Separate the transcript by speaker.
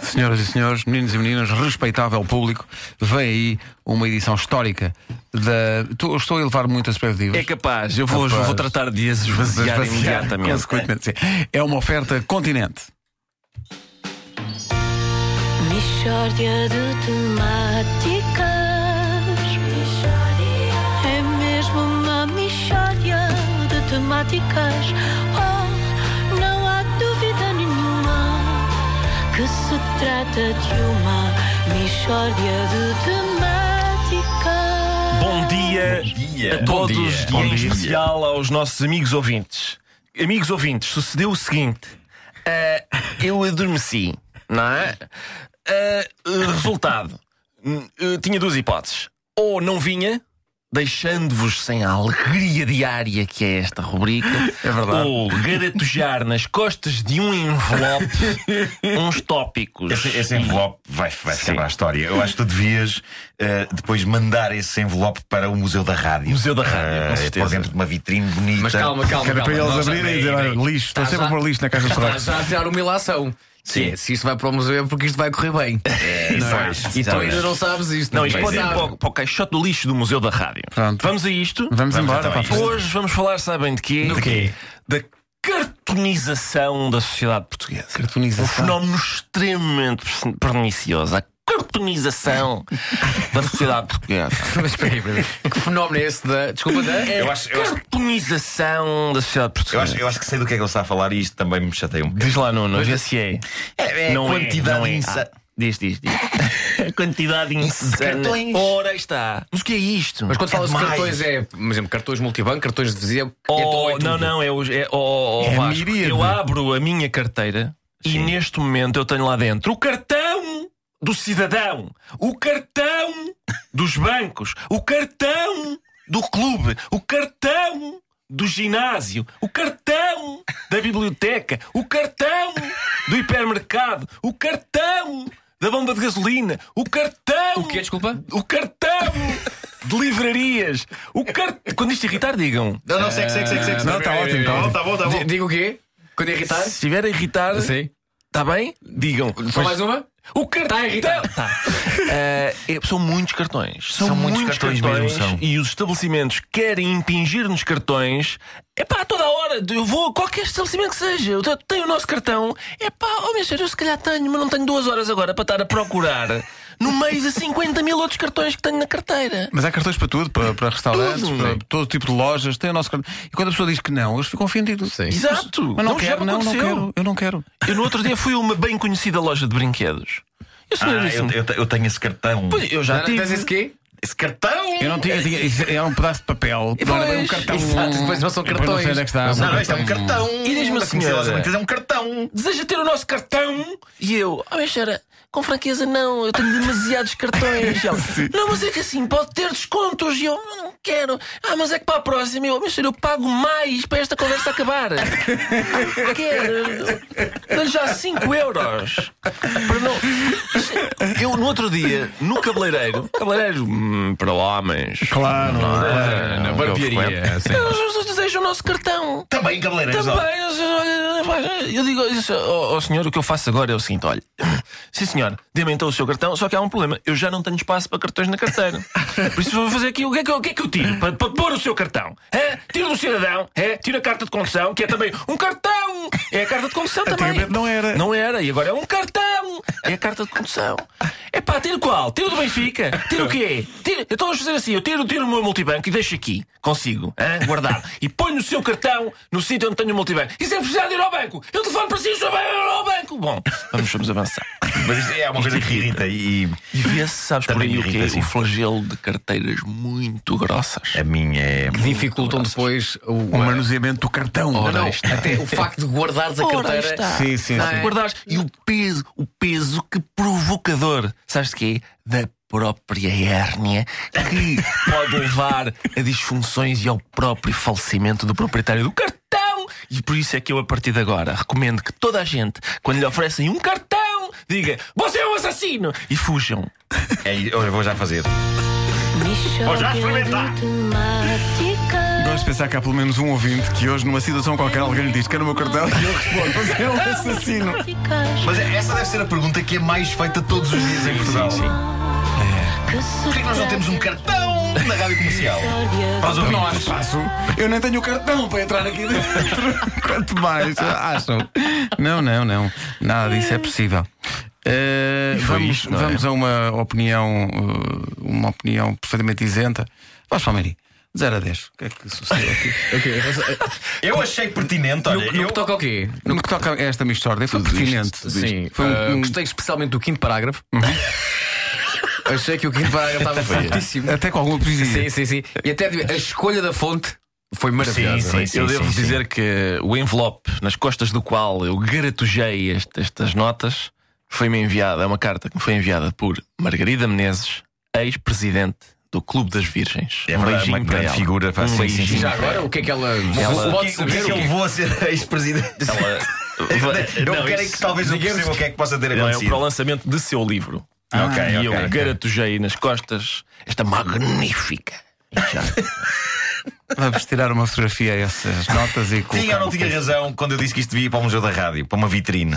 Speaker 1: Senhoras e senhores, meninos e meninas, respeitável público, vem aí uma edição histórica da. Tô- estou a elevar muito as expectativas.
Speaker 2: É capaz, eu vou,
Speaker 1: Capaz.
Speaker 2: vou tratar de as esvaziar
Speaker 1: Mas-
Speaker 2: imediatamente.
Speaker 1: Consequentemente, sim. É uma oferta continente.
Speaker 3: Mistória de temáticas. É mesmo uma mistória de temáticas. Oh, não há dúvida nenhuma que se trata de uma mistória de temáticas.
Speaker 4: Bom dia, a todos e
Speaker 2: Bom
Speaker 4: em
Speaker 2: dia.
Speaker 4: especial aos nossos amigos ouvintes. Amigos ouvintes, sucedeu o seguinte: Ah, eu adormeci, não é? Ah, ah, resultado: hum, eu tinha duas hipóteses. Ou não vinha, deixando-vos sem a alegria diária que é esta rubrica,
Speaker 1: É verdade.
Speaker 4: ou garatujar nas costas de um envelope uns tópicos.
Speaker 5: Esse, esse envelope vai, vai ficar para a história. Eu acho que tu devias eh, depois mandar esse envelope para o Museu da Rádio.
Speaker 4: Museu da Rádio, com
Speaker 5: Eh,
Speaker 4: certeza.
Speaker 5: por exemplo, de uma vitrine bonita.
Speaker 6: Mas calma, calma.
Speaker 1: Era
Speaker 6: calma.
Speaker 1: para eles
Speaker 6: Nós-
Speaker 1: abrirem e dizer: olha, lixo, estou
Speaker 6: Tá
Speaker 1: sempre a
Speaker 6: já-
Speaker 1: pôr lixo na caixa de
Speaker 6: Está
Speaker 1: trocos.
Speaker 6: já a tirar uma ilação.
Speaker 4: Sim.
Speaker 6: É, se isto vai para o museu é porque isto vai correr bem.
Speaker 5: Pois,
Speaker 6: E tu
Speaker 5: exatamente.
Speaker 6: ainda não sabes isto.
Speaker 4: Então, Não, isto
Speaker 6: Pois
Speaker 4: pode
Speaker 6: é.
Speaker 4: ir
Speaker 6: sabe.
Speaker 4: para o, para o caixote do lixo do Museu da Rádio.
Speaker 1: Pronto.
Speaker 4: Vamos a isto.
Speaker 1: Vamos,
Speaker 5: Vamos
Speaker 6: Tá
Speaker 1: embora.
Speaker 5: então
Speaker 1: pá,
Speaker 5: a isto.
Speaker 4: Hoje vamos falar, sabem de quê?
Speaker 6: Do quê?
Speaker 4: Da cartonização da sociedade portuguesa. Um
Speaker 1: Cartonização.
Speaker 4: fenómeno extremamente pernicioso. A cartonização da sociedade portuguesa.
Speaker 6: Mas espera aí, espera aí. que fenómeno é esse da. Desculpa, da.
Speaker 5: Eu acho, eu, acho,
Speaker 4: É Cartonização da sociedade
Speaker 5: eu,
Speaker 4: portuguesa.
Speaker 5: acho, eu acho que sei do que é que ele está a falar e isto também me chateia um bocadinho.
Speaker 4: Diz lá, Nuno, vê se é.
Speaker 5: É,
Speaker 4: não
Speaker 5: quantidade
Speaker 4: é, não é.
Speaker 5: insa-
Speaker 4: Ah, diz, diz, diz. A quantidade insana.
Speaker 5: cartões.
Speaker 4: Ora, aí está. Mas o que é isto?
Speaker 6: Mas quando falas de
Speaker 5: demais.
Speaker 6: cartões é, por exemplo, cartões multibanco, cartões de vizinho. é
Speaker 4: Oh,
Speaker 6: todo, é tudo.
Speaker 4: não, não, é, os- é, oh, oh,
Speaker 1: É
Speaker 4: Vasco,
Speaker 1: miríade.
Speaker 4: Eu abro a minha carteira e neste momento eu tenho lá dentro o cartão do cidadão, o cartão dos bancos, o cartão do clube, o cartão do ginásio, o cartão da biblioteca, o cartão do hipermercado, o cartão da bomba de gasolina, o cartão.
Speaker 6: O quê? Desculpa?
Speaker 4: O cartão de livrarias. O cartão. Quando isto irritar, digam.
Speaker 5: Não, não, segue, segue, segue. segue.
Speaker 1: Não, está ótimo, está ótimo.
Speaker 5: Tá bom, tá
Speaker 6: Di- Digo o quê? Quando irritar?
Speaker 4: Se estiver a irritar,
Speaker 6: Sim.
Speaker 4: está bem? Digam.
Speaker 6: Só mais uma?
Speaker 4: O cartão.
Speaker 6: Está a irritar.
Speaker 4: um. Tá. Eh, eh, são muitos cartões. São,
Speaker 5: muitos cartões mesmo, são.
Speaker 4: E os estabelecimentos querem impingir-nos cartões. É pá, toda a hora. Eu vou a qualquer estabelecimento que seja. Eu te- tenho o nosso cartão. É pá, oh, meu senhor, eu se calhar tenho, mas não tenho duas horas agora para estar a procurar no meio de 50 mil outros cartões que tenho na carteira.
Speaker 1: Mas há cartões para tudo, para, para restaurantes,
Speaker 4: Tudo.
Speaker 1: para todo tipo de lojas, tem o nosso cartão. E quando a pessoa diz que não, eles ficam ofendidos.
Speaker 6: Sim.
Speaker 4: Exato.
Speaker 1: Mas não,
Speaker 4: já
Speaker 1: quero,
Speaker 4: me
Speaker 1: não, não
Speaker 4: aconteceu.
Speaker 1: quero, eu não quero.
Speaker 4: Eu no outro dia fui a uma bem conhecida loja de brinquedos. E o senhor
Speaker 5: Ah,
Speaker 4: disse-me,
Speaker 5: eu, eu, te- eu tenho esse cartão.
Speaker 4: "Pois, eu já
Speaker 6: Não, não,
Speaker 4: tive.
Speaker 6: Tens esse quê?
Speaker 5: Esse cartão!
Speaker 1: Eu não tinha, tinha isso era um pedaço de papel, não era bem um
Speaker 4: Pois,
Speaker 1: cartão.
Speaker 6: exato, depois não são
Speaker 1: Depois Não sei
Speaker 6: cartões.
Speaker 1: onde é que está.
Speaker 5: Não, não, isto é um cartão.
Speaker 4: E diz-me a
Speaker 5: Da Comissão
Speaker 4: senhora.
Speaker 5: das Muitas, É um cartão.
Speaker 4: Deseja ter o nosso cartão? E eu, ah, mas era, com franqueza não, eu tenho demasiados cartões. E ela, não, mas é que assim, pode ter descontos. E eu, não, não quero. Ah, mas é que para a próxima, eu, mas senhor, eu pago mais para esta conversa acabar. quero. Dá-lhe já 5 euros. Para não... Eu, no outro dia, no cabeleireiro, cabeleireiro hum, para homens,
Speaker 1: Claro,
Speaker 4: Ah, na barbearia, eles desejam o nosso cartão.
Speaker 5: Também, cabeleireiros. ó.
Speaker 4: Também, eu sou- eu digo isso ao ao senhor, o que eu faço agora é o seguinte: olha, sim senhor, dê-me então o seu cartão, só que há um problema, eu já não tenho espaço para cartões na carteira. Por isso vou fazer aqui, o que é que eu, o que é que eu tiro para, para pôr o seu cartão? É? Tiro do cidadão, é? Tiro a carta de condução, que é também um cartão! É a carta de condução também.
Speaker 1: Antigamente não era.
Speaker 4: Não era, e agora é um cartão! É a carta de condução. É pá, tiro qual? Tiro do Benfica? Tiro o quê? Tiro... Eu estou a fazer assim, eu tiro, tiro o meu multibanco e deixo aqui, consigo, hã? guardado. E ponho o seu cartão no sítio onde tenho o multibanco. E se eu precisar de ir ao banco, eu telefono para si e o senhor vai ao banco. Bom, vamos, vamos avançar.
Speaker 5: Mas isto é uma coisa que irrita e.
Speaker 4: E vê-se, sabes por
Speaker 5: Também
Speaker 4: aí o
Speaker 5: me
Speaker 4: quê?
Speaker 5: irrita, sim.
Speaker 4: O flagelo de carteiras muito grossas.
Speaker 5: A minha é.
Speaker 6: Dificultam depois o.
Speaker 1: O um manuseamento do cartão.
Speaker 6: Não,
Speaker 1: Ora,
Speaker 6: até o facto de guardares a
Speaker 3: Ora,
Speaker 6: carteira.
Speaker 3: está.
Speaker 1: Sim, sim,
Speaker 6: Não é?
Speaker 1: sim.
Speaker 4: guardares. E o peso, o peso que provocador, sabes de quê? Da própria hérnia que pode levar a disfunções e ao próprio falecimento do proprietário do cartão. E por isso é que eu, a partir de agora, recomendo que toda a gente, quando lhe oferecem um cartão, diga: Você é um assassino! E fujam.
Speaker 5: é eu vou já fazer.
Speaker 3: Mistória
Speaker 5: Vou já experimentar.
Speaker 3: de temáticas.
Speaker 7: vamos pensar que há pelo menos um ouvinte que hoje, numa situação qualquer, alguém lhe diz: Quer o meu cartão? E eu respondo: Mas é um assassino.
Speaker 3: Mágicas
Speaker 5: Mas essa deve ser a pergunta que é mais feita todos os dias em Portugal.
Speaker 3: que se
Speaker 5: Porquê que nós não temos um cartão na rádio comercial?
Speaker 3: História
Speaker 5: Nós
Speaker 7: Não há espaço. Eu nem tenho o cartão para entrar aqui dentro.
Speaker 1: Quanto mais acham? Não, não, não. Nada disso é possível. Eh,
Speaker 4: foi
Speaker 1: vamos
Speaker 4: isto, não é?
Speaker 1: vamos a uma opinião, eh, uma opinião perfeitamente isenta. Vamos para o Miri. 0 a 10. O que é que sucedeu aqui?
Speaker 5: Eu achei pertinente, olha,
Speaker 6: No
Speaker 5: eu,
Speaker 6: que toca ao quê?
Speaker 1: No que toca a esta mistória, foi pertinente.
Speaker 6: Sim,
Speaker 1: Foi um-
Speaker 6: ah,
Speaker 1: um-
Speaker 6: gostei especialmente do quinto parágrafo. Achei que o quinto parágrafo estava fortíssimo.
Speaker 1: Até com alguma poesia.
Speaker 6: Sim, sim, sim. E até a escolha da fonte foi maravilhosa.
Speaker 5: Sim, sim, sim.
Speaker 4: Eu devo
Speaker 5: sim.
Speaker 4: dizer que o envelope nas costas do qual eu garatujei este- estas notas foi-me enviada, é uma carta que me foi enviada por Margarida Menezes, ex-presidente do Clube das Virgens.
Speaker 5: É
Speaker 4: um
Speaker 5: verdade,
Speaker 4: beijinho
Speaker 5: uma
Speaker 4: para
Speaker 5: grande
Speaker 4: ela.
Speaker 5: figura, pá,
Speaker 4: um
Speaker 5: sim,
Speaker 4: beijinho.
Speaker 5: sim, sim.
Speaker 6: Já agora, o que é que ela.
Speaker 5: Ela-
Speaker 6: pode
Speaker 5: o que é
Speaker 6: saber
Speaker 5: que ele levou a ser ex-presidente?
Speaker 4: Ela-
Speaker 5: Eu
Speaker 4: Não,
Speaker 5: quero é
Speaker 4: isso-
Speaker 5: que talvez eu perceba o que é que possa ter
Speaker 4: Não, é
Speaker 5: acontecido.
Speaker 4: para o lançamento de seu livro.
Speaker 5: ok,
Speaker 4: e
Speaker 5: ok,
Speaker 4: eu
Speaker 5: ok.
Speaker 4: garatujei nas costas esta magnífica.
Speaker 1: Vamos tirar uma fotografia a essas notas e
Speaker 5: Tinha ou
Speaker 1: colocar.
Speaker 5: não tinha razão quando eu disse que isto devia ir para o Museu da um Rádio, para uma vitrine?